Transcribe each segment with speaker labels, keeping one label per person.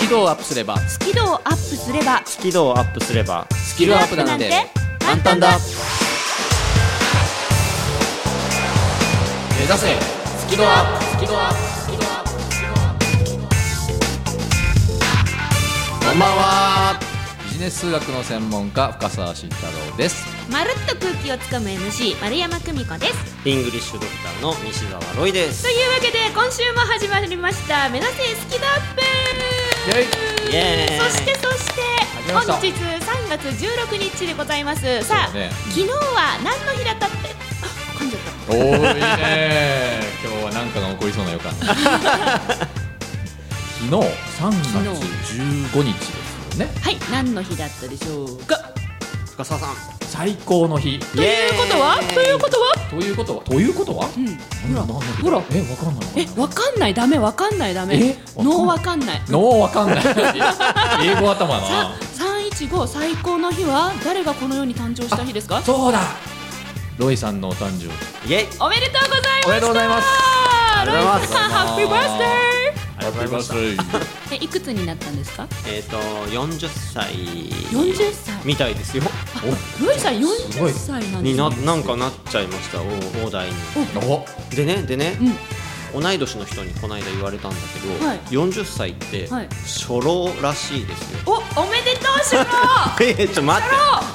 Speaker 1: キ度をアップすれば
Speaker 2: スキルをアップすれば
Speaker 3: スキルをアップすれば
Speaker 1: スキルアップなんて簡単だ目指せスキルアップスキルアップスキルアップスキルアップこんばんはビジネス数学の専門家深澤慎太郎です
Speaker 2: まるっと空気をつかむ MC 丸山久美子です
Speaker 3: イングリッシュドクターの西澤ロイです
Speaker 2: というわけで今週も始まりました目指せスキルアップ
Speaker 3: イエーイ
Speaker 2: そしてそして
Speaker 1: めました
Speaker 2: 本日3月16日でございますさあ、
Speaker 1: そうね
Speaker 2: 昨日は何の日だったってあ噛んじゃった
Speaker 1: おーいいね今日は何かが起こりそうな 予感昨日3月15日ですよね
Speaker 2: はい何の日だったでしょうか
Speaker 3: 深澤さん
Speaker 1: 最高の日
Speaker 2: ということはということは
Speaker 1: ということはということは
Speaker 2: うん
Speaker 1: ほらほらえわかんない
Speaker 2: えわかんないダメわかんないダメ
Speaker 1: え
Speaker 2: ノーわかんない
Speaker 1: ノーわかんない 英語頭だ
Speaker 2: さ
Speaker 1: な
Speaker 2: 315最高の日は誰がこの世に誕生した日ですか
Speaker 1: そうだロイさんのお誕生日
Speaker 3: イエイ
Speaker 2: おめでとうございます
Speaker 1: おめでとうございます
Speaker 2: あ
Speaker 3: りがとうございます
Speaker 2: ロイさんハッピーバース
Speaker 3: ありがとうございました
Speaker 2: デーえいくつになったんですか
Speaker 3: えっ、と40歳
Speaker 2: 40歳
Speaker 3: みたいですよ
Speaker 2: ロイさん
Speaker 1: すご
Speaker 2: 40
Speaker 1: い
Speaker 2: 歳なんで
Speaker 3: に
Speaker 2: す
Speaker 3: な
Speaker 2: ね
Speaker 3: なんかなっちゃいましたお大台に
Speaker 1: お
Speaker 3: でねでね、
Speaker 2: うん
Speaker 3: 同い年の人にこの間言われたんだけど、
Speaker 2: はい
Speaker 3: 40歳って
Speaker 2: はい
Speaker 3: 初老らしいです
Speaker 2: お
Speaker 3: よ、
Speaker 2: おめでとうシュロー
Speaker 3: えちょっと待って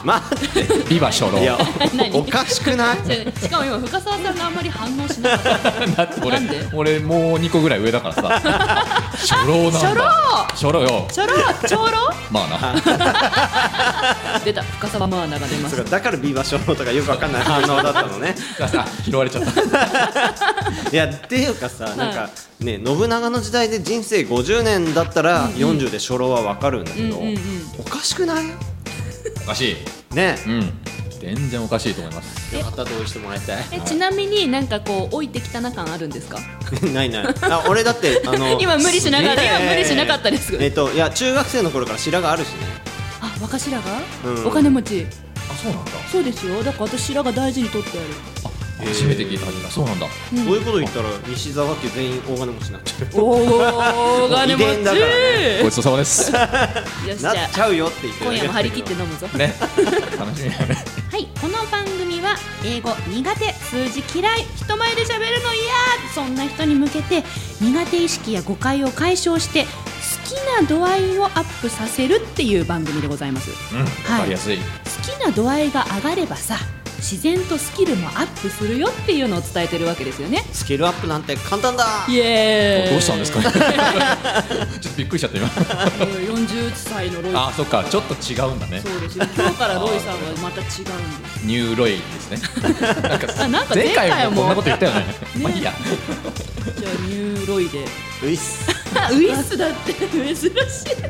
Speaker 3: 待って
Speaker 1: ビバ初老
Speaker 3: いや
Speaker 2: 何
Speaker 3: おおかしくない
Speaker 2: ちょしかも今深澤さんがあんまり反応しなかった
Speaker 1: だって
Speaker 2: なんで
Speaker 1: 俺俺もう2個ぐらい上だから さ初老なんだ初老よ
Speaker 2: ちょろちょろ
Speaker 1: まあな
Speaker 2: 出た深澤マーナが出ま
Speaker 3: そ
Speaker 2: す
Speaker 3: うかだからビーバーショーとかよくわかんない反応だったのね
Speaker 1: あ拾われちゃった
Speaker 3: いやっていうかさなんかね信長の時代で人生50年だったら40で初老はわかるんだけど、
Speaker 2: うんうんうん
Speaker 3: おかしくない
Speaker 1: おかしい
Speaker 3: ね
Speaker 1: うん全然おかしいと思います
Speaker 3: よかった同意してもらいたい
Speaker 2: えちなみになんかこう置いてきたな感あるんですか
Speaker 3: ないないあ俺だってあの
Speaker 2: 今無理しなかった
Speaker 3: ね
Speaker 2: 今無理しなかったです
Speaker 3: えっといや中学生の頃から白髪あるしね
Speaker 2: あ若白が、
Speaker 3: うん
Speaker 2: お金持ち
Speaker 1: あそうなんだ
Speaker 2: そうですよだから私白が大事に取ってある
Speaker 3: えー
Speaker 1: 初めて聞いた初めてそうなんだ
Speaker 2: う
Speaker 3: こ
Speaker 2: ん
Speaker 3: ういうこと言ったら西沢家全員大金持ちになっちゃ
Speaker 2: おお金
Speaker 3: 金
Speaker 2: 持
Speaker 3: 持
Speaker 2: ち
Speaker 3: ち、
Speaker 1: ごちそうさまです
Speaker 2: よっ
Speaker 3: う
Speaker 2: し
Speaker 3: な
Speaker 2: ゃ
Speaker 3: っちゃうよって言って
Speaker 2: 今夜も張り切って飲 むぞ
Speaker 1: ね楽しみだね
Speaker 2: はいこの番組は英語苦手数字嫌い人前で喋るの嫌そんな人に向けて苦手意識や誤解を解消して好きな度合いをアップさせるっていう番組でございます
Speaker 1: うんわかりやすい
Speaker 2: 好きな度合いが上がればさ自然とスキルもアップするよっていうのを伝えてるわけですよね
Speaker 3: スキルアップなんて簡単だ
Speaker 2: イエーイ
Speaker 1: どうしたんです かねちょっとびっくりしちゃった今
Speaker 2: 40歳のロイさん
Speaker 1: あそっかちょっと違うんだね
Speaker 2: そうですよ今日からロイさんはまた違うんです
Speaker 1: ニューロイです ねなんか
Speaker 2: あなんか前
Speaker 1: 前
Speaker 2: 回
Speaker 1: 回もこんな
Speaker 2: も
Speaker 1: こと言ったよね
Speaker 2: ね
Speaker 1: まあいいや
Speaker 2: じゃあニューロイで
Speaker 3: ういっす
Speaker 2: ウィスだって珍しい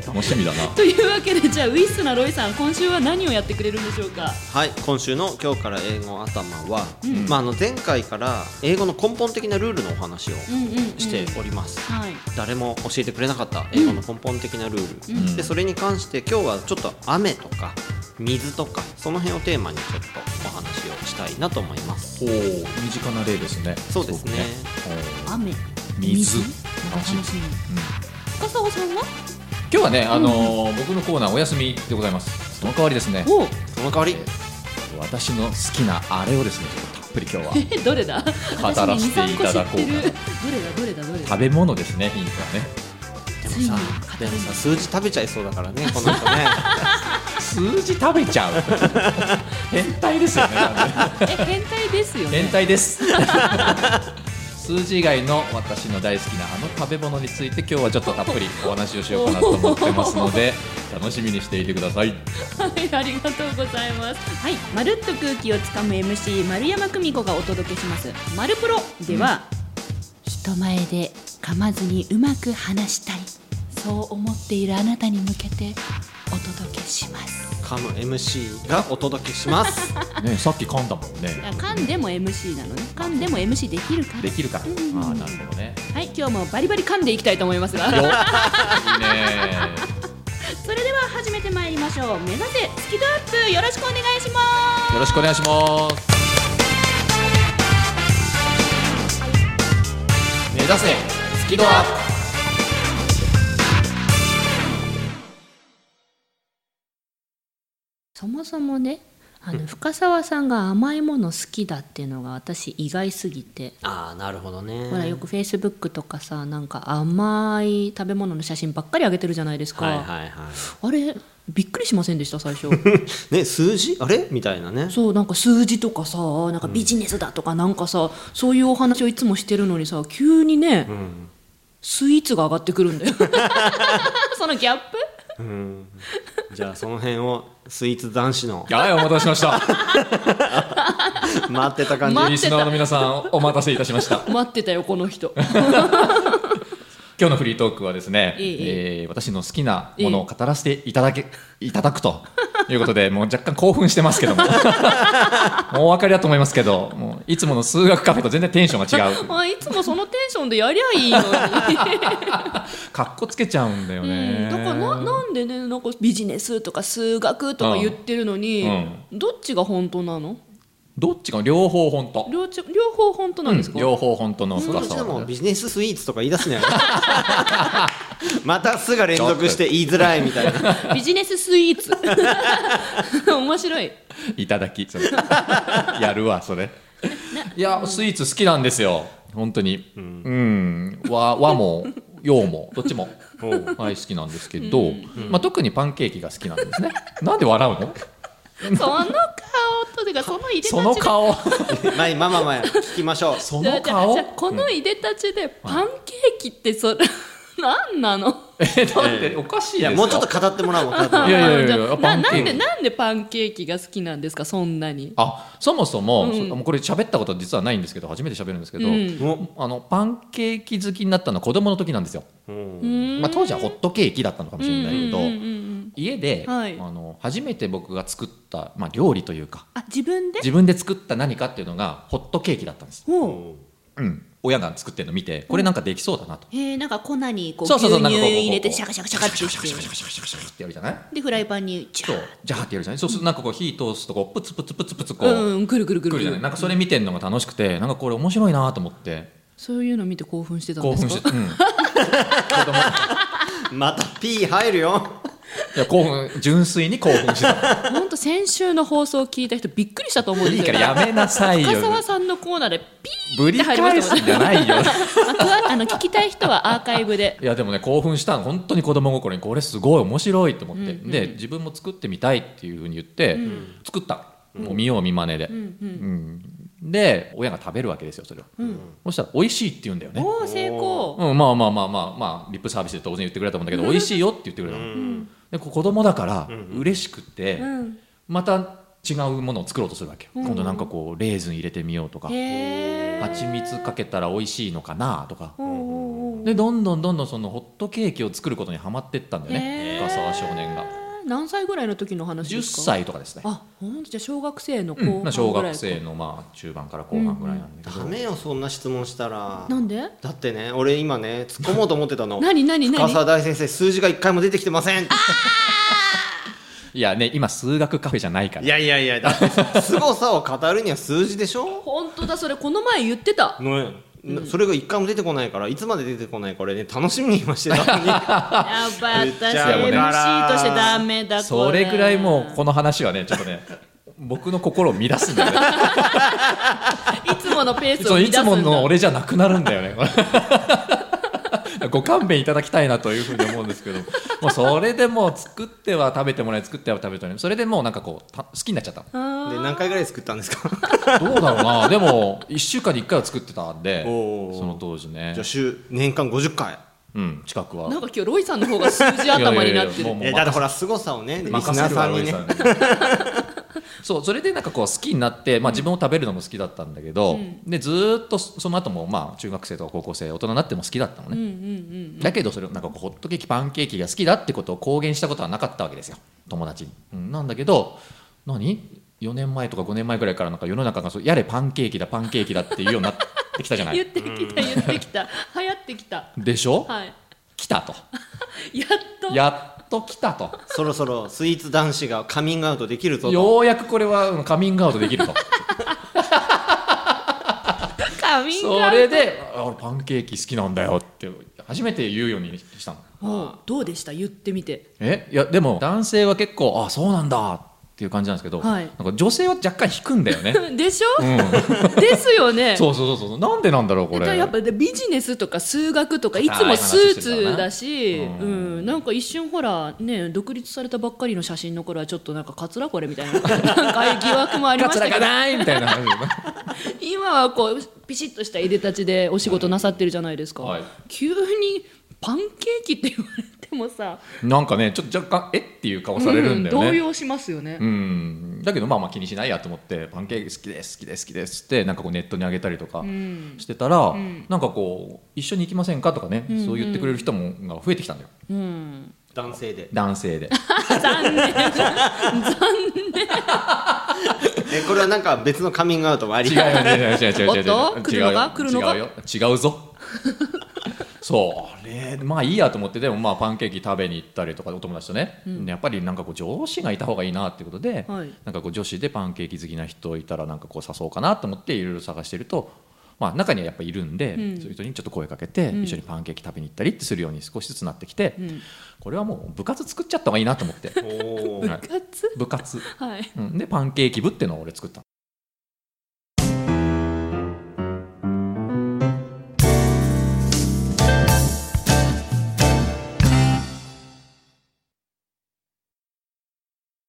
Speaker 1: 楽しみだな
Speaker 2: というわけでじゃあウィスなロイさん今週は何をやってくれるんでしょうか
Speaker 3: はい今週の「今日から英語頭は」まあ、あの前回から英語の根本的なルールのお話を
Speaker 2: んうんうん
Speaker 3: しております、
Speaker 2: はい
Speaker 3: 誰も教えてくれなかった英語の根本的なルール、
Speaker 1: うん
Speaker 3: でそれに関して今日はちょっと雨とか水とかその辺をテーマにちょっとお話をしたいなと思います
Speaker 1: おお身近な例ですね
Speaker 3: そうですね
Speaker 1: すごくねおー
Speaker 2: 雨
Speaker 1: 水
Speaker 2: なんか楽しみ
Speaker 1: うん
Speaker 2: 深澤さんは
Speaker 1: 今日はねあのー僕のコーナーお休みでございますその代わりですね
Speaker 2: おう
Speaker 3: その代わり
Speaker 1: 私の好きなあれをですねちょっとたっぷり今日は
Speaker 2: えどれだ
Speaker 1: 語らせていただこうかな
Speaker 2: 私ね23個知ってるどれだどれだどれだ
Speaker 1: 食べ物ですねヒントはね
Speaker 3: で
Speaker 2: ついに
Speaker 3: もさでもさ数字食べちゃいそうだから ねこの人ね
Speaker 1: 数字食べち ゃう変態ですよね
Speaker 2: え変態ですよね
Speaker 1: 変態です 数字以外の私の大好きなあの食べ物について今日はちょっとたっぷりお話をしようかなと思ってますので楽しみにしていてください
Speaker 2: はいありがとうございますはいまるっと空気をつかむ MC 丸山久美子がお届けしますまるプロでは、人前で噛まずにうまく話したいそう思っているあなたに向けてお届けします
Speaker 3: カム MC がお届けします
Speaker 1: ねさっき噛んだもんね
Speaker 2: 噛んでも MC なのね噛んでも MC できるから
Speaker 1: できるから、
Speaker 2: うん
Speaker 1: ああなるほどね
Speaker 2: はい今日もバリバリ噛んでいきたいと思いますが
Speaker 1: よいいね
Speaker 2: それでは始めてまいりましょう目指せスキドアップよろしくお願いしま
Speaker 1: よろしくお願いします目指せスキドアップ
Speaker 2: そもそもねあの深澤さんが甘いもの好きだっていうのが私意外すぎて
Speaker 3: ああなるほどね
Speaker 2: ほらよくフェイスブックとかさなんか甘い食べ物の写真ばっかり上げてるじゃないですか、
Speaker 3: はいはいはい
Speaker 2: あれびっくりしませんでした最初
Speaker 3: ね数字あれみたいなね
Speaker 2: そうなんか数字とかさなんかビジネスだとかなんかさ、そういうお話をいつもしてるのにさ急にね、
Speaker 3: ん
Speaker 2: スイーツが上がってくる んだよそのギャップ
Speaker 3: うんじゃあその辺をスイーツ男 子の
Speaker 1: はいお待たせしました
Speaker 3: 待ってた感じ
Speaker 2: 待ってた
Speaker 1: リスナーの皆さんお待たせいたしました
Speaker 2: 待ってたよこの人
Speaker 1: 今日のフリートークはですね、
Speaker 2: ええ
Speaker 1: えー私の好きなものを語らせていただけ、 いただくということで、もう若干興奮してますけども、 もうお分かりだと思いますけど、もういつもの数学カフェと全然テンションが違う、
Speaker 2: あいつもそのテンションでやりゃいいのに
Speaker 1: かっこつけちゃうんだよ
Speaker 2: う
Speaker 1: ね
Speaker 2: ん。だからななんでねなんかビジネスとか数学とか言ってるのに、
Speaker 1: う
Speaker 2: どっちが本当なの
Speaker 1: どっちか両方本当。
Speaker 2: 両ち両方本当なんですか、
Speaker 1: うん両方本当の深
Speaker 3: 私
Speaker 1: さ
Speaker 3: で
Speaker 1: は
Speaker 3: もビジネススイーツとか言い出すねまた「す」が連続して言いづらいみたいな
Speaker 2: ビジネススイーツ 面白い
Speaker 1: いただき。それ やるわ、それ。いや、スイーツ好きなんですよ。本当に。うん。和、和も、洋も、どっちも。はい、好きなんですけど、まあ、特にパンケーキが好きなんですね。なんで笑うの。
Speaker 2: その顔とてかそのいでたちが
Speaker 1: その顔。
Speaker 3: まあまあまあまあ聞きましょう
Speaker 1: そ
Speaker 2: じゃあ
Speaker 1: の
Speaker 2: じゃあ
Speaker 1: 顔
Speaker 2: じゃあ。このいでたちでパンケーキってそれ、 なんなの
Speaker 1: え、なんで、おかしい
Speaker 3: い
Speaker 1: で
Speaker 3: や
Speaker 1: すか。
Speaker 3: もうちょっと語ってもらおうもん語ってもらお
Speaker 1: いうやいやい や
Speaker 2: じゃあな
Speaker 1: パンケーキ
Speaker 2: なんでなんでパンケーキが好きなんですかそんなに
Speaker 1: あ、そもそも、
Speaker 2: うん
Speaker 1: そもうこれ喋ったこと実はないんですけど、初めて喋るんですけど。
Speaker 2: うん
Speaker 3: お
Speaker 1: あのパンケーキ好きになったのは子供の時なんですよ、
Speaker 3: うん
Speaker 1: まあ、当時はホットケーキだったのかもしれないけど、
Speaker 2: うんうんうんうん
Speaker 1: 家で、
Speaker 2: はい
Speaker 1: あの初めて僕が作った、まあ、料理というか
Speaker 2: あ自分で
Speaker 1: 自分で作った何かっていうのがホットケーキだったんです、
Speaker 2: ほう
Speaker 1: うん、親が作ってるの見てこれなんかできそうだなと、
Speaker 2: へえなんか粉にこう
Speaker 1: そう
Speaker 2: 牛
Speaker 1: そうそうな
Speaker 2: 乳
Speaker 1: んかこう
Speaker 2: 入れて
Speaker 1: こう
Speaker 2: シャカシャカシャカってして
Speaker 1: ってやるじゃない
Speaker 2: でフライパンにチ
Speaker 1: そ
Speaker 2: ャ
Speaker 1: う
Speaker 2: ー
Speaker 1: じゃあってやるじゃないそうするとなんかこう火通すとこうプツプツプツプツこう、
Speaker 2: うんうんくるくるく
Speaker 1: く
Speaker 2: る
Speaker 1: るじゃないなんかそれ見てるのが楽しくてなんかこれ面白いなと思って
Speaker 2: そういうの見て興奮してたん
Speaker 1: 興
Speaker 2: です
Speaker 1: 奮
Speaker 2: か
Speaker 1: して、うん、い
Speaker 3: また P 入るよ
Speaker 1: や興奮純粋に興奮して た
Speaker 2: 本当先週の放送を聞いた人びっくりしたと思うん
Speaker 1: い
Speaker 2: で
Speaker 1: い
Speaker 2: す
Speaker 1: か
Speaker 2: よ
Speaker 1: らやめなさいよ
Speaker 2: 深澤さんのコーナーでピ
Speaker 1: ぶり返すんじゃないよ
Speaker 2: ーあ くわあの聞きたい人はアーカイブで
Speaker 1: いやでもね興奮したの本当に子供心にこれすごい面白いと思って、で自分も作ってみたいっていうふうに言って、作ったもう見よう見まねで、うんで親が食べるわけですよそれを、そしたら美味しいって言うんだよね、
Speaker 2: おお成功
Speaker 1: うん、まあまあまあまあまあリップサービスで当然言ってくれたと思うんだけど美味しいよって言ってくれたの、でこう子供だから嬉しくて、
Speaker 2: うん
Speaker 1: また違うものを作ろうとするわけよ、今度なんかこうレーズン入れてみようとか
Speaker 2: へえ
Speaker 1: 蜂蜜かけたら美味しいのかなとか
Speaker 2: おうおうおう
Speaker 1: でどんどんどんどんそのホットケーキを作ることにはまってったんだよね
Speaker 2: へー
Speaker 1: 深澤少年が
Speaker 2: 何歳ぐらいの時の話で
Speaker 1: 10
Speaker 2: すか
Speaker 1: 歳とかですね
Speaker 2: あ本当じゃあ小学生の後
Speaker 1: う
Speaker 2: 半
Speaker 1: ん
Speaker 2: ぐ
Speaker 1: まあ
Speaker 2: らい
Speaker 1: 小学生のまあ中盤から後半ぐらいなんだけど、
Speaker 3: ダメよそんな質問したら
Speaker 2: なんで
Speaker 3: だってね俺今ね突っ込もうと思ってた の
Speaker 2: 何何
Speaker 3: 深
Speaker 2: 何
Speaker 3: 澤大先生数字が一回も出てきてません
Speaker 1: いやね今数学カフェじゃないから
Speaker 3: いやいやいやだって凄さを語るには数字でしょ
Speaker 2: 本当だそれこの前言ってた
Speaker 3: ねそれが一回も出てこないからいつまで出てこないか俺ね楽しみに今してたのに
Speaker 2: やばい、
Speaker 3: 言っち
Speaker 2: 私
Speaker 3: ゃ
Speaker 1: うか
Speaker 2: MC
Speaker 3: ら
Speaker 2: としてダメだこれ
Speaker 1: それぐらいもうこの話はねちょっとね僕の心を乱すんだよね
Speaker 2: いつものペースを
Speaker 1: そう
Speaker 2: 乱す
Speaker 1: い
Speaker 2: んだ
Speaker 1: つもの俺じゃなくなるんだよねご勘弁いただきたいなというふうに思うんですけどもうそれでもう作っては食べてもらい作っては食べてもらいそれでもうなんかこうた好きになっちゃったの
Speaker 2: あ
Speaker 3: で何回ぐらい作ったんですか
Speaker 1: どうだろうな、でも1週間に1回は作ってたんで、
Speaker 3: おー
Speaker 1: その当時ね
Speaker 3: じゃあ、週年間50回
Speaker 1: うん、近く
Speaker 2: ー
Speaker 1: は。
Speaker 2: なんか今日ロイさんの方が数字頭になっ
Speaker 1: いやいやいやもう
Speaker 2: て る
Speaker 1: もう
Speaker 3: えだってほら凄さをねリスナ
Speaker 1: 任せ
Speaker 3: ー
Speaker 1: るわ
Speaker 3: さんにね
Speaker 1: ロイさんに そうそれでなんかこう好きになって、まあ、自分を食べるのも好きだったんだけど、でずーっとその後もまあ中学生とか高校生大人になっても好きだったのね、だけどそれをなんかこうホットケーキパンケーキが好きだってことを公言したことはなかったわけですよ友達に、うんなんだけど何4年前とか5年前ぐらいからなんか世の中がそうやれパンケーキだパンケーキだっていうようになってきたじゃない
Speaker 2: 言ってきた言ってきた流行ってきた
Speaker 1: でしょ、
Speaker 2: はい
Speaker 1: 来たと
Speaker 2: やっと
Speaker 1: やっと来たと
Speaker 3: そろそろスイーツ男子がカミングアウトできるぞと
Speaker 1: ようやくこれはうんカミングアウトできると
Speaker 2: カミング
Speaker 1: そ
Speaker 2: アウト
Speaker 1: れで「あ俺パンケーキ好きなんだよ」って初めて言うようにしたの
Speaker 2: おうどうでした言ってみて
Speaker 1: えいやでも男性は結構「あそうなんだ」っっていう感じなんですけど、
Speaker 2: はい
Speaker 1: なんか女性は若干引くんだよ ね。
Speaker 2: でしょ、
Speaker 1: うん、
Speaker 2: ですよね
Speaker 1: そうそうそうそうなんでなんだろうこ
Speaker 2: だから
Speaker 1: れ。
Speaker 2: やっぱでビジネスとか数学とかいつもスーツだし
Speaker 1: 硬い話してるからな
Speaker 2: う
Speaker 1: うん
Speaker 2: ん、なんか一瞬ほらね独立されたばっかりの写真の頃はちょっとなんかカツラこれみたいな なんかああいう疑惑もありま
Speaker 1: カ
Speaker 2: し
Speaker 1: ツ
Speaker 2: た
Speaker 1: ラ
Speaker 2: け
Speaker 1: が
Speaker 2: ど
Speaker 1: ないみたいな 話
Speaker 2: 今はこうピシッとしたいでたちでお仕事なさってるじゃないですか、
Speaker 1: はい
Speaker 2: 急にパンケーキって言われてもさ、
Speaker 1: なんかねちょっと若干えっていう顔される
Speaker 2: うんん、
Speaker 1: だよね。
Speaker 2: 動揺しますよね、
Speaker 1: うん、だけどまあまあ気にしないやと思ってパンケーキ好きです好きです好きですってなんかこうネットに上げたりとか
Speaker 2: ん
Speaker 1: してたら、
Speaker 2: ん
Speaker 1: なんかこう一緒に行きませんかとかね、そう言ってくれる人もが増えてきたんだよ
Speaker 2: うん、
Speaker 3: 男性で
Speaker 1: 男性で
Speaker 2: 残念
Speaker 3: えこれはなんか別のカミングアウトもあり
Speaker 1: 違うよね違う違う違う違う違う違う違う違う違う違う違う違
Speaker 2: おっと来るのか来るのか
Speaker 1: う違う ぞそうあれまあいいやと思ってでもまあパンケーキ食べに行ったりとかお友達とね、やっぱりなんかこう上司がいた方がいいなっていうことで、
Speaker 2: はい
Speaker 1: なんかこう女子でパンケーキ好きな人いたらなんかこう誘おうかなと思っていろいろ探してると、まあ、中にはやっぱいるんで、
Speaker 2: ん
Speaker 1: そういう人にちょっと声かけて、一緒にパンケーキ食べに行ったりってするように少しずつなってきて、
Speaker 2: ん
Speaker 1: これはもう部活作っちゃった方がいいなと思 って
Speaker 3: お
Speaker 1: 部
Speaker 3: ー
Speaker 1: 活
Speaker 2: 活
Speaker 1: 部活、
Speaker 2: はい
Speaker 1: うん、でパンケーキ部っていうのを俺作った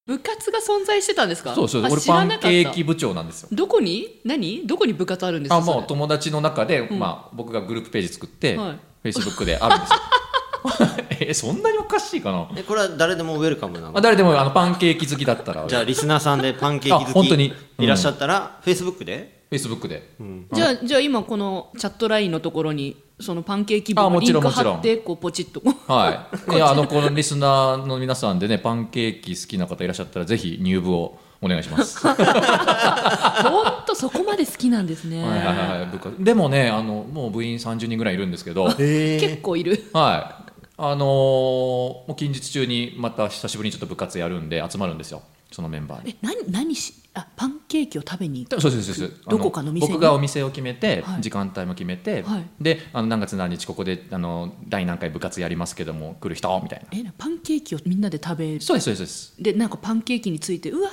Speaker 2: 部活が存在してたんですか
Speaker 1: そうそう
Speaker 2: あ
Speaker 1: 俺
Speaker 2: 知ら
Speaker 1: パン
Speaker 2: なかった
Speaker 1: ケーキ部長なんですよ
Speaker 2: どこに何どこに部活あるんですか
Speaker 1: あも
Speaker 2: そうれ
Speaker 1: 友達の中で、
Speaker 2: ん
Speaker 1: まあ、僕がグループページ作って、
Speaker 2: はい
Speaker 1: フェイスブックであるん ですよえそんなにおかしいかな
Speaker 3: えこれは誰でもウェルカムな
Speaker 1: あ
Speaker 3: の
Speaker 1: 誰でもあのパンケーキ好きだったら
Speaker 3: じゃあリスナーさんでパンケーキ
Speaker 1: あ
Speaker 3: 好
Speaker 1: 本
Speaker 3: き
Speaker 1: 当にうん
Speaker 3: いらっしゃったらフェイスブックで
Speaker 1: フェイスブックで、
Speaker 2: じゃあじゃあ今このチャットラインのところにそのパンケーキ部
Speaker 1: あ
Speaker 2: の
Speaker 1: も
Speaker 2: リ
Speaker 1: ち
Speaker 2: ン
Speaker 1: ろん
Speaker 2: ク
Speaker 1: もちろん
Speaker 2: 貼ってこうポチッと
Speaker 1: はいいやあのこのリスナーの皆さんでねパンケーキ好きな方いらっしゃったらぜひ入部をお願いし ます、はい
Speaker 2: 本当そこまで好きなんですね
Speaker 1: はいはいはい部活でもねあのもう部員30人ぐらいいるんですけどはい
Speaker 2: 結構いる
Speaker 1: あのーもう近日中にまた久しぶりにちょっと部活やるんで集まるんですよそのメンバーで
Speaker 2: え何何しあパンケーキを食べに行く
Speaker 1: そうですそうです
Speaker 2: どこかの店に
Speaker 1: あ僕がお店を決めて、
Speaker 2: はい
Speaker 1: 時間帯も決めて、
Speaker 2: はい
Speaker 1: であの何月何日ここであの第何回部活やりますけども来る人みたいな
Speaker 2: えなパンケーキをみんなで食べる
Speaker 1: そうですそうですそうです
Speaker 2: でなんかパンケーキについてうわ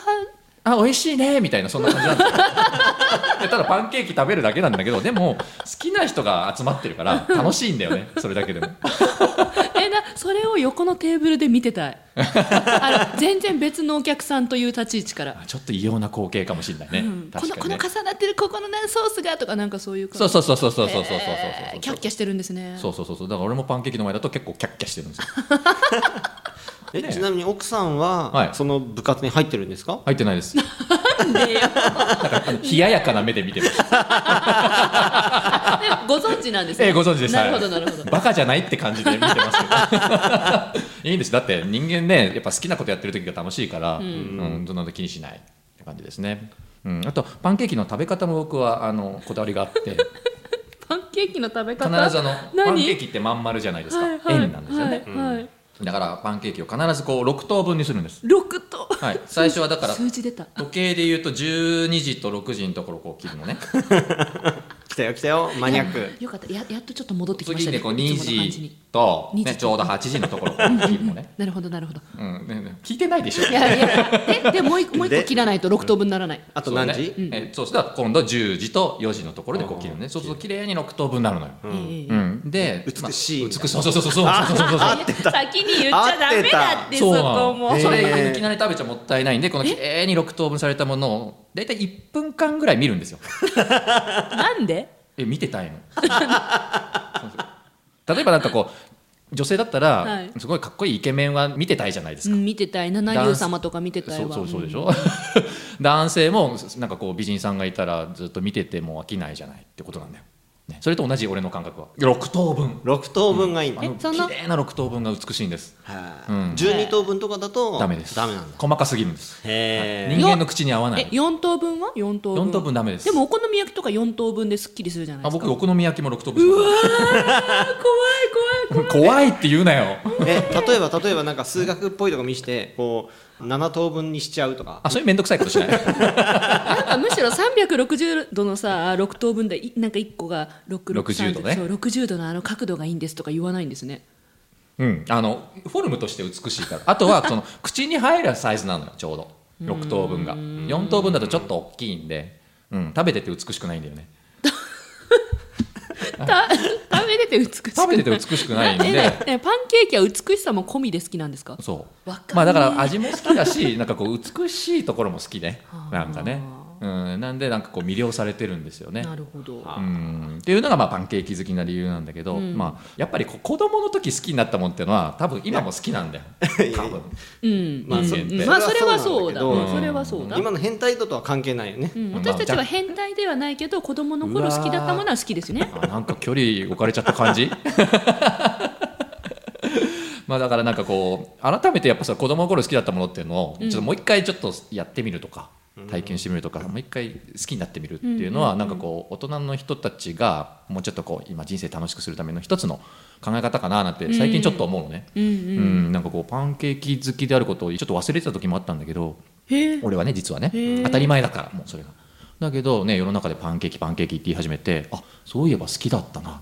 Speaker 1: あ美味しいねみたいなそんな感じなん ですよでただパンケーキ食べるだけなんだけどでも好きな人が集まってるから楽しいんだよねそれだけでも
Speaker 2: えなそれを横のテーブルで見てた いあの全然別のお客さんという立ち位置から、
Speaker 1: あちょっと異様な光景かもしれないね、
Speaker 2: うんこ
Speaker 1: 確
Speaker 2: の
Speaker 1: か
Speaker 2: こ
Speaker 1: に
Speaker 2: の
Speaker 1: ね
Speaker 2: 重なってるここのねソースがとかなんかそういう感じ
Speaker 1: そうそうそうそうそうそうそうそうそう
Speaker 2: えーキャッキャしてるんですね
Speaker 1: そうそうそうそうだから俺もパンケーキの前だと結構キャッキャしてるんですよ
Speaker 3: え
Speaker 1: ね
Speaker 3: ちなみに奥さん
Speaker 1: はい
Speaker 3: はその部活に入ってるんですか
Speaker 1: 入ってないです
Speaker 2: なんでよ
Speaker 1: あの冷ややかな目で見てます
Speaker 2: でもご存知なんですね、
Speaker 1: ええご存知です
Speaker 2: な
Speaker 1: はい
Speaker 2: るほどなるほど
Speaker 1: バカじゃないって感じで見てますけど いいんですだって人間ねやっぱ好きなことやってる時が楽しいから、うんそんなの気にしないって感じですね、うん、あとパンケーキの食べ方も僕はあのこだわりがあって必
Speaker 2: パンケーキの食べ
Speaker 1: ずあ
Speaker 2: 方
Speaker 1: の
Speaker 2: 何
Speaker 1: パンケーキってまん丸じゃないですか、
Speaker 2: はいはい
Speaker 1: 円なんですよね、
Speaker 2: はいはい
Speaker 1: だからパンケーキを必ずこう6等分にするんです、
Speaker 2: 六と
Speaker 1: はい、最初はだ から
Speaker 2: 数字出た
Speaker 1: 時計で言うと12時と6時のところをこう切る のね
Speaker 3: 来たよ来たよマニアック
Speaker 2: よかったややっとちょっと戻ってきまし
Speaker 1: 次
Speaker 2: たね
Speaker 1: ねこう
Speaker 2: いつも
Speaker 1: 2
Speaker 2: の感じ
Speaker 1: 時
Speaker 2: に
Speaker 1: と、
Speaker 2: 2
Speaker 1: ね、
Speaker 2: 時
Speaker 1: ちょうど8時のところをこう切るのね
Speaker 2: なるほどなるほど
Speaker 1: うんねね聞いて ないでしょ
Speaker 2: いやいやえでもう一個もう一個
Speaker 3: で
Speaker 2: 切らないと六等分ならない
Speaker 3: あと何時、
Speaker 1: そう,、ねえそうしたら今度10時と4時のところでこう切るのねそうすると綺麗に6等分になるのよ、
Speaker 2: ええ
Speaker 1: うんで
Speaker 3: 美しい
Speaker 1: まあ美しいそうそうそうそうそうそうそうそう
Speaker 3: 合ってた
Speaker 2: 先に言っちゃダメだって
Speaker 1: そう
Speaker 2: そ
Speaker 1: な
Speaker 2: こ
Speaker 1: の
Speaker 2: も
Speaker 1: それ
Speaker 3: へえ
Speaker 1: いきなり食べちゃもったいないんでこの綺麗に6等分されたものを大体1分間ぐらい見るんですよ
Speaker 2: なんで
Speaker 1: え見てたいのそうそう例えばなんかこう女性だったら、
Speaker 2: はい
Speaker 1: すごいかっこいいイケメンは見てたいじゃないですか
Speaker 2: うん見てたい七龍様とか見てたい
Speaker 1: そう
Speaker 2: わ
Speaker 1: そうそうでしょ 男性もなんかこう美人さんがいたらずっと見てても飽きないじゃないってことなんだよ、ね、それと同じ俺の感覚は6等分
Speaker 3: 6等分がいいんだ、
Speaker 1: あの
Speaker 2: その
Speaker 1: 綺麗な6等分が美しいんです
Speaker 3: はい
Speaker 1: うん
Speaker 3: 12等分とかだと
Speaker 1: ダメです
Speaker 3: ダメなんだ
Speaker 1: 細かすぎるんです
Speaker 3: へえ
Speaker 1: 人間の口に合わな
Speaker 2: え
Speaker 1: い
Speaker 2: 四等分は四等分
Speaker 1: 4等分ダメです
Speaker 2: でもお好み焼きとか四等分ですっきりするじゃない
Speaker 1: あ
Speaker 2: ですか
Speaker 1: 僕お好み焼きも6等分うわ怖い怖い怖い 怖いって言うなよ
Speaker 3: え例えば例えばなんか数学っぽいとか見してこう7等分にしちゃうとか
Speaker 1: あそういう面倒くさいことしない
Speaker 2: なんかむしろ360度のさ6等分でいなんか1個が6
Speaker 1: 60度ね
Speaker 2: そう60度のあの角度がいいんですとか言わないんですね
Speaker 1: うんあのフォルムとして美しいからあとはその口に入るサイズなのよちょうど6等分が4等分だとちょっと大きいんで、うん、食べてて美しくないんだよね
Speaker 2: た食べれて美しくない
Speaker 1: 食べてて美しくないんで
Speaker 2: えねえパンケーキは美しさも込みで好きなんですか
Speaker 1: そう
Speaker 2: わかる
Speaker 1: まあだから味も好きだし なんかこう美しいところも好きねなんかね、うん、なんでなんかこう魅了されてるんですよね
Speaker 2: なるほど
Speaker 1: うんっていうのがまあパンケーキ好きな理由なんだけど、まあ、やっぱりこ子供の時好きになったもんっていうのは多分今も好きなんだ よ多分
Speaker 2: うん
Speaker 3: まあ
Speaker 1: 人
Speaker 3: そ
Speaker 1: 間っ
Speaker 2: うん
Speaker 1: て
Speaker 2: まあそれはそうだ
Speaker 3: そ
Speaker 1: な
Speaker 3: れはそう
Speaker 1: んだけど
Speaker 2: それはそうだ
Speaker 3: 今の変態度とは関係ないよね、
Speaker 2: うん
Speaker 1: まあ
Speaker 2: 私たちは変態ではないけど子供の頃好きだったものは好きですよね
Speaker 1: あなんか距離置かれちゃった 感じまあだからなんかこう改めてやっぱさ子供の頃好きだったものっていうのをちょっともう一回ちょっとやってみるとか体験してみるとかもう一回好きになってみるっていうのはなんかこう大人の人たちがもうちょっとこう今人生楽しくするための一つの考え方かななんて最近ちょっと思うのね、
Speaker 2: うんう
Speaker 1: うん
Speaker 2: ん
Speaker 1: なんかこうパンケーキ好きであることをちょっと忘れてた時もあったんだけど
Speaker 2: へえ
Speaker 1: 俺はね実はね
Speaker 2: へえ
Speaker 1: 当たり前だからもうそれがだけどね世の中でパンケーキパンケーキって言い始めてあそういえば好きだったな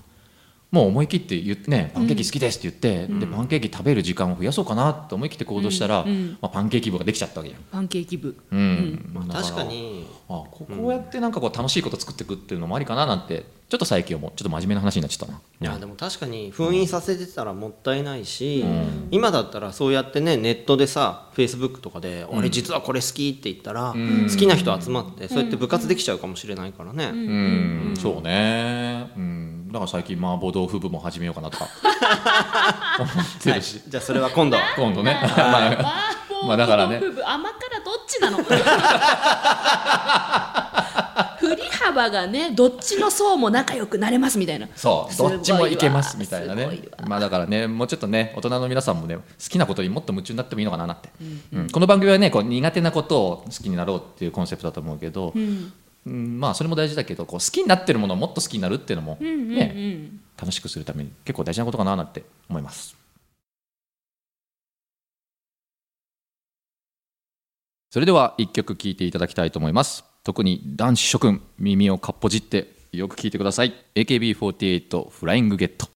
Speaker 1: もう思い切って言って、ね、パンケーキ好きですって言って、でパンケーキ食べる時間を増やそうかなと思い切って行動したら、
Speaker 2: うんうん
Speaker 1: まあ、パンケーキ部ができちゃったわけやん、
Speaker 2: パンケーキ部
Speaker 1: うん
Speaker 3: まあ、
Speaker 1: だら
Speaker 3: 確かに
Speaker 1: あここうやってなんかこう楽しいこと作っていくっていうのもありかななんてちょっと最近思うちょっと真面目な話になっちゃったない
Speaker 3: やでも確かに封印させてたらもったいないし、今だったらそうやってねネットでさフェイスブックとかで「俺実はこれ好き」って言ったら、好きな人集まって、そうやって部活できちゃうかもしれないからね、
Speaker 1: うん、そうね、うん、だから最近麻婆豆腐部も始めようかなとか思って
Speaker 3: はい、
Speaker 1: るし、
Speaker 3: じゃあそれは今度
Speaker 1: 今度ね、 まあ
Speaker 2: あー
Speaker 1: まあだからね
Speaker 2: ポークの部分甘辛どっちなの 振り幅がねどっちの層も仲良くなれますみたいな
Speaker 1: そう
Speaker 2: すごい
Speaker 1: ど
Speaker 2: わ
Speaker 1: っちもいけますみたいな
Speaker 2: すごい
Speaker 1: ね
Speaker 2: わ
Speaker 1: まあだからねもうちょっとね大人の皆さんもね好きなことにもっと夢中になってもいいのかななって、うんこの番組はねこう苦手なことを好きになろうっていうコンセプトだと思うけど、
Speaker 2: ん
Speaker 1: うんまあそれも大事だけどこう好きになってるものをもっと好きになるっていうのも、ね
Speaker 2: うんうんうん
Speaker 1: 楽しくするために結構大事なことかななんて思います。それでは一曲聴いていただきたいと思います。特に男子諸君、耳をかっぽじってよく聴いてください。AKB48 フライングゲット。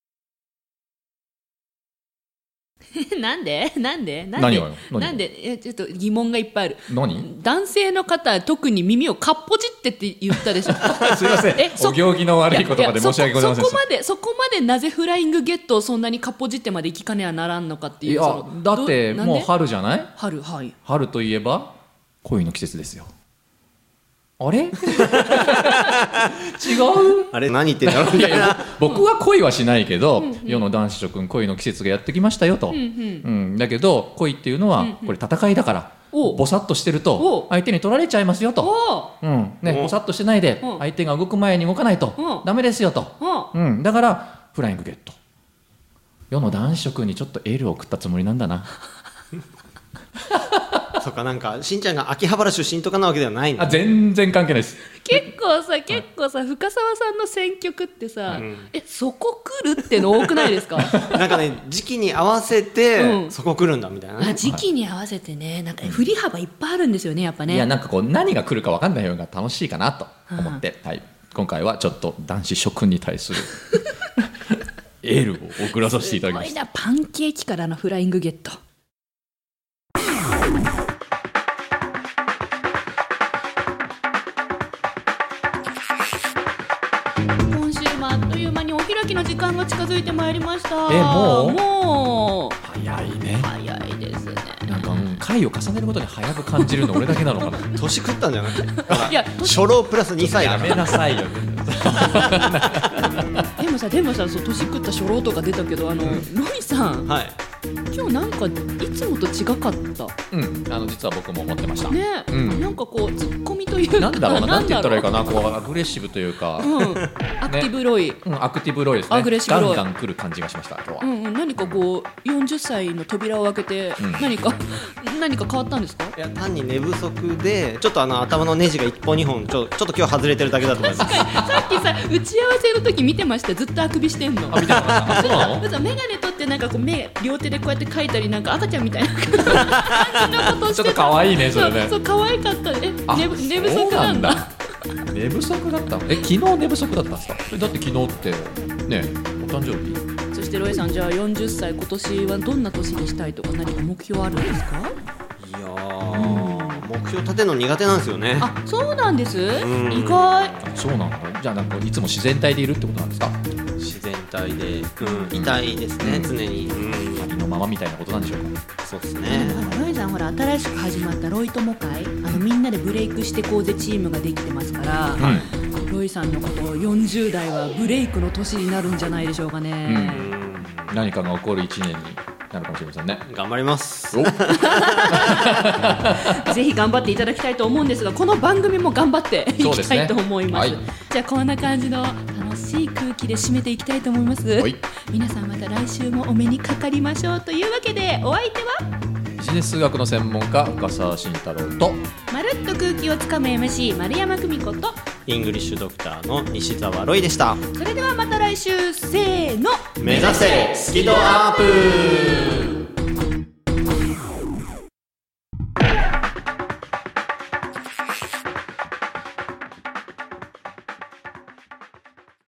Speaker 2: なんでなんでなん
Speaker 1: 何
Speaker 2: で
Speaker 1: がよ何が
Speaker 2: なんでえちょっと疑問がいっぱいある
Speaker 1: 何
Speaker 2: 男性の方特に耳をかっぽじってって言ったでしょ
Speaker 1: すいませ
Speaker 2: えそ
Speaker 1: お行儀の悪い言葉で申し訳ございません
Speaker 2: ややそこそこまでそこまでなぜフライングゲットをそんなにかっぽじってまでいきかねはならんのかっていう
Speaker 1: いや
Speaker 2: その
Speaker 1: だって
Speaker 2: ど
Speaker 1: もう
Speaker 2: なんで
Speaker 1: 春じゃない
Speaker 2: 春はい
Speaker 1: 春といえば恋の季節ですよあれ 違う
Speaker 3: あれ何言ってんだろう みたいな
Speaker 1: 僕は恋はしないけど、世の男子諸君恋の季節がやってきましたよと、うんだけど恋っていうのは、これ戦いだから
Speaker 2: おう
Speaker 1: ぼさっとしてると
Speaker 2: おう
Speaker 1: 相手に取られちゃいますよ
Speaker 2: お
Speaker 1: と、
Speaker 2: お
Speaker 1: うんね、
Speaker 3: うん
Speaker 1: ぼさっとしてないで
Speaker 2: うん
Speaker 1: 相手が動く前に動かない
Speaker 2: うん
Speaker 1: とダメですよと、
Speaker 2: は
Speaker 1: うん、だからフライングゲット世の男子諸君にちょっとエールを送ったつもりなんだな
Speaker 3: そっかなんかしんちゃんが秋葉原出身とかなわけではないん
Speaker 1: あ全然関係ないです
Speaker 2: 結構さ結構さ深澤さんの選曲ってさ、
Speaker 3: ん
Speaker 2: えそこ来るっての多く ないですか
Speaker 3: なんかね時期に合わせて、
Speaker 2: うん
Speaker 3: そこ来るんだみたいなね
Speaker 2: あ時期に合わせてねなんか振り幅いっぱいあるんですよねやっぱね
Speaker 1: いやなんかこう何が来るか分かんないようが楽しいかなと思って、はい、今回はちょっと男子諸君に対する エールを送らさせていただきますし
Speaker 2: ごい
Speaker 1: た
Speaker 2: なパンケーキからのフライングゲット今週もあっという間にお開きの時間が近づいてまいりました
Speaker 1: えもう
Speaker 2: もう
Speaker 1: 早いね
Speaker 2: 早いですね
Speaker 1: なんかうん回を重ねることに早く感じるの 俺だけなのかな
Speaker 3: 年食ったんじゃない
Speaker 2: いや
Speaker 3: 初老プラス2歳だ
Speaker 1: や
Speaker 3: か
Speaker 1: め
Speaker 3: ら
Speaker 1: なさいよ
Speaker 2: でもさでもさそう年食った初老とか出たけどあのロイさん
Speaker 3: はい
Speaker 2: 今日なんかいつもと違かった
Speaker 1: うんあの実は僕も思ってました、
Speaker 2: ね、
Speaker 1: うん
Speaker 2: なんかこうツッコミというか
Speaker 1: なんだろうななんて言ったらいいか
Speaker 2: な
Speaker 1: なこうアグレッシブというか、
Speaker 2: んだろううんアクティブロイ、
Speaker 1: うんアクティブロイですね
Speaker 2: アグレッシブロイ
Speaker 1: ガンガン来る感じがしました今日は、
Speaker 2: うんうん、何かこう40歳の扉を開けて
Speaker 1: うん
Speaker 2: 何か、何か変わったんですか
Speaker 3: いや単に寝不足でちょっとあの頭のネジが1本2本ちょちょっと今日外れてるだけだと思います
Speaker 2: さっきさ打ち合わせの時見てましたずっとあくびしてんの
Speaker 1: あ見てなかったあそうな の
Speaker 2: そうそう眼鏡取ってなんかこう目両手でこうやって描いたりなんか赤ちゃんみたいな感じのことをして
Speaker 1: ちょっと可愛いねそれね
Speaker 2: うそう可愛かったえ
Speaker 1: あ
Speaker 2: 寝ぶ寝不足なんだ
Speaker 1: そうなんだ寝不足だったのえ昨日寝不足だったんですかえだって昨日ってねお誕生日
Speaker 2: そしてロエさんじゃあ40歳今年はどんな年にしたいとか何か目標あるんですか
Speaker 3: いやー目口を立てるの苦手なんですよね
Speaker 2: あ、そうなんです。
Speaker 3: ん
Speaker 2: 意外。
Speaker 1: そうなのじゃあなんかいつも自然体でいるってことなんですか
Speaker 3: 自然体で、うん、痛いですね、常に、うん、
Speaker 1: ありのままみたいなことなんでしょうか
Speaker 3: そうですね
Speaker 2: あのロイさんほら新しく始まったロイ友会あのみんなでブレイクしてこうぜチームができてますから、
Speaker 1: はい
Speaker 2: ロイさんのことを40代はブレイクの年になるんじゃないでしょうかね、
Speaker 3: う
Speaker 1: 何かが起こる一年になるかもしれませんね
Speaker 3: ん頑張ります
Speaker 1: お
Speaker 2: ぜひ頑張っていただきたいと思うんですがこの番組も頑張って い
Speaker 1: そうで
Speaker 2: き
Speaker 1: す
Speaker 2: た
Speaker 1: ね
Speaker 2: いと思います
Speaker 1: はい
Speaker 2: じゃあこんな感じの楽しい空気で締めていきたいと思います、
Speaker 1: はい
Speaker 2: 皆さんまた来週もお目にかかりましょうというわけでお相手は
Speaker 1: ビジネス数学の専門家深澤慎太郎と
Speaker 2: まるっと空気をつかむ MC 丸山久美子と
Speaker 3: イングリッシュドクターの西澤ロイでした
Speaker 2: それではまた来週せーの
Speaker 3: 目指せスキドアップ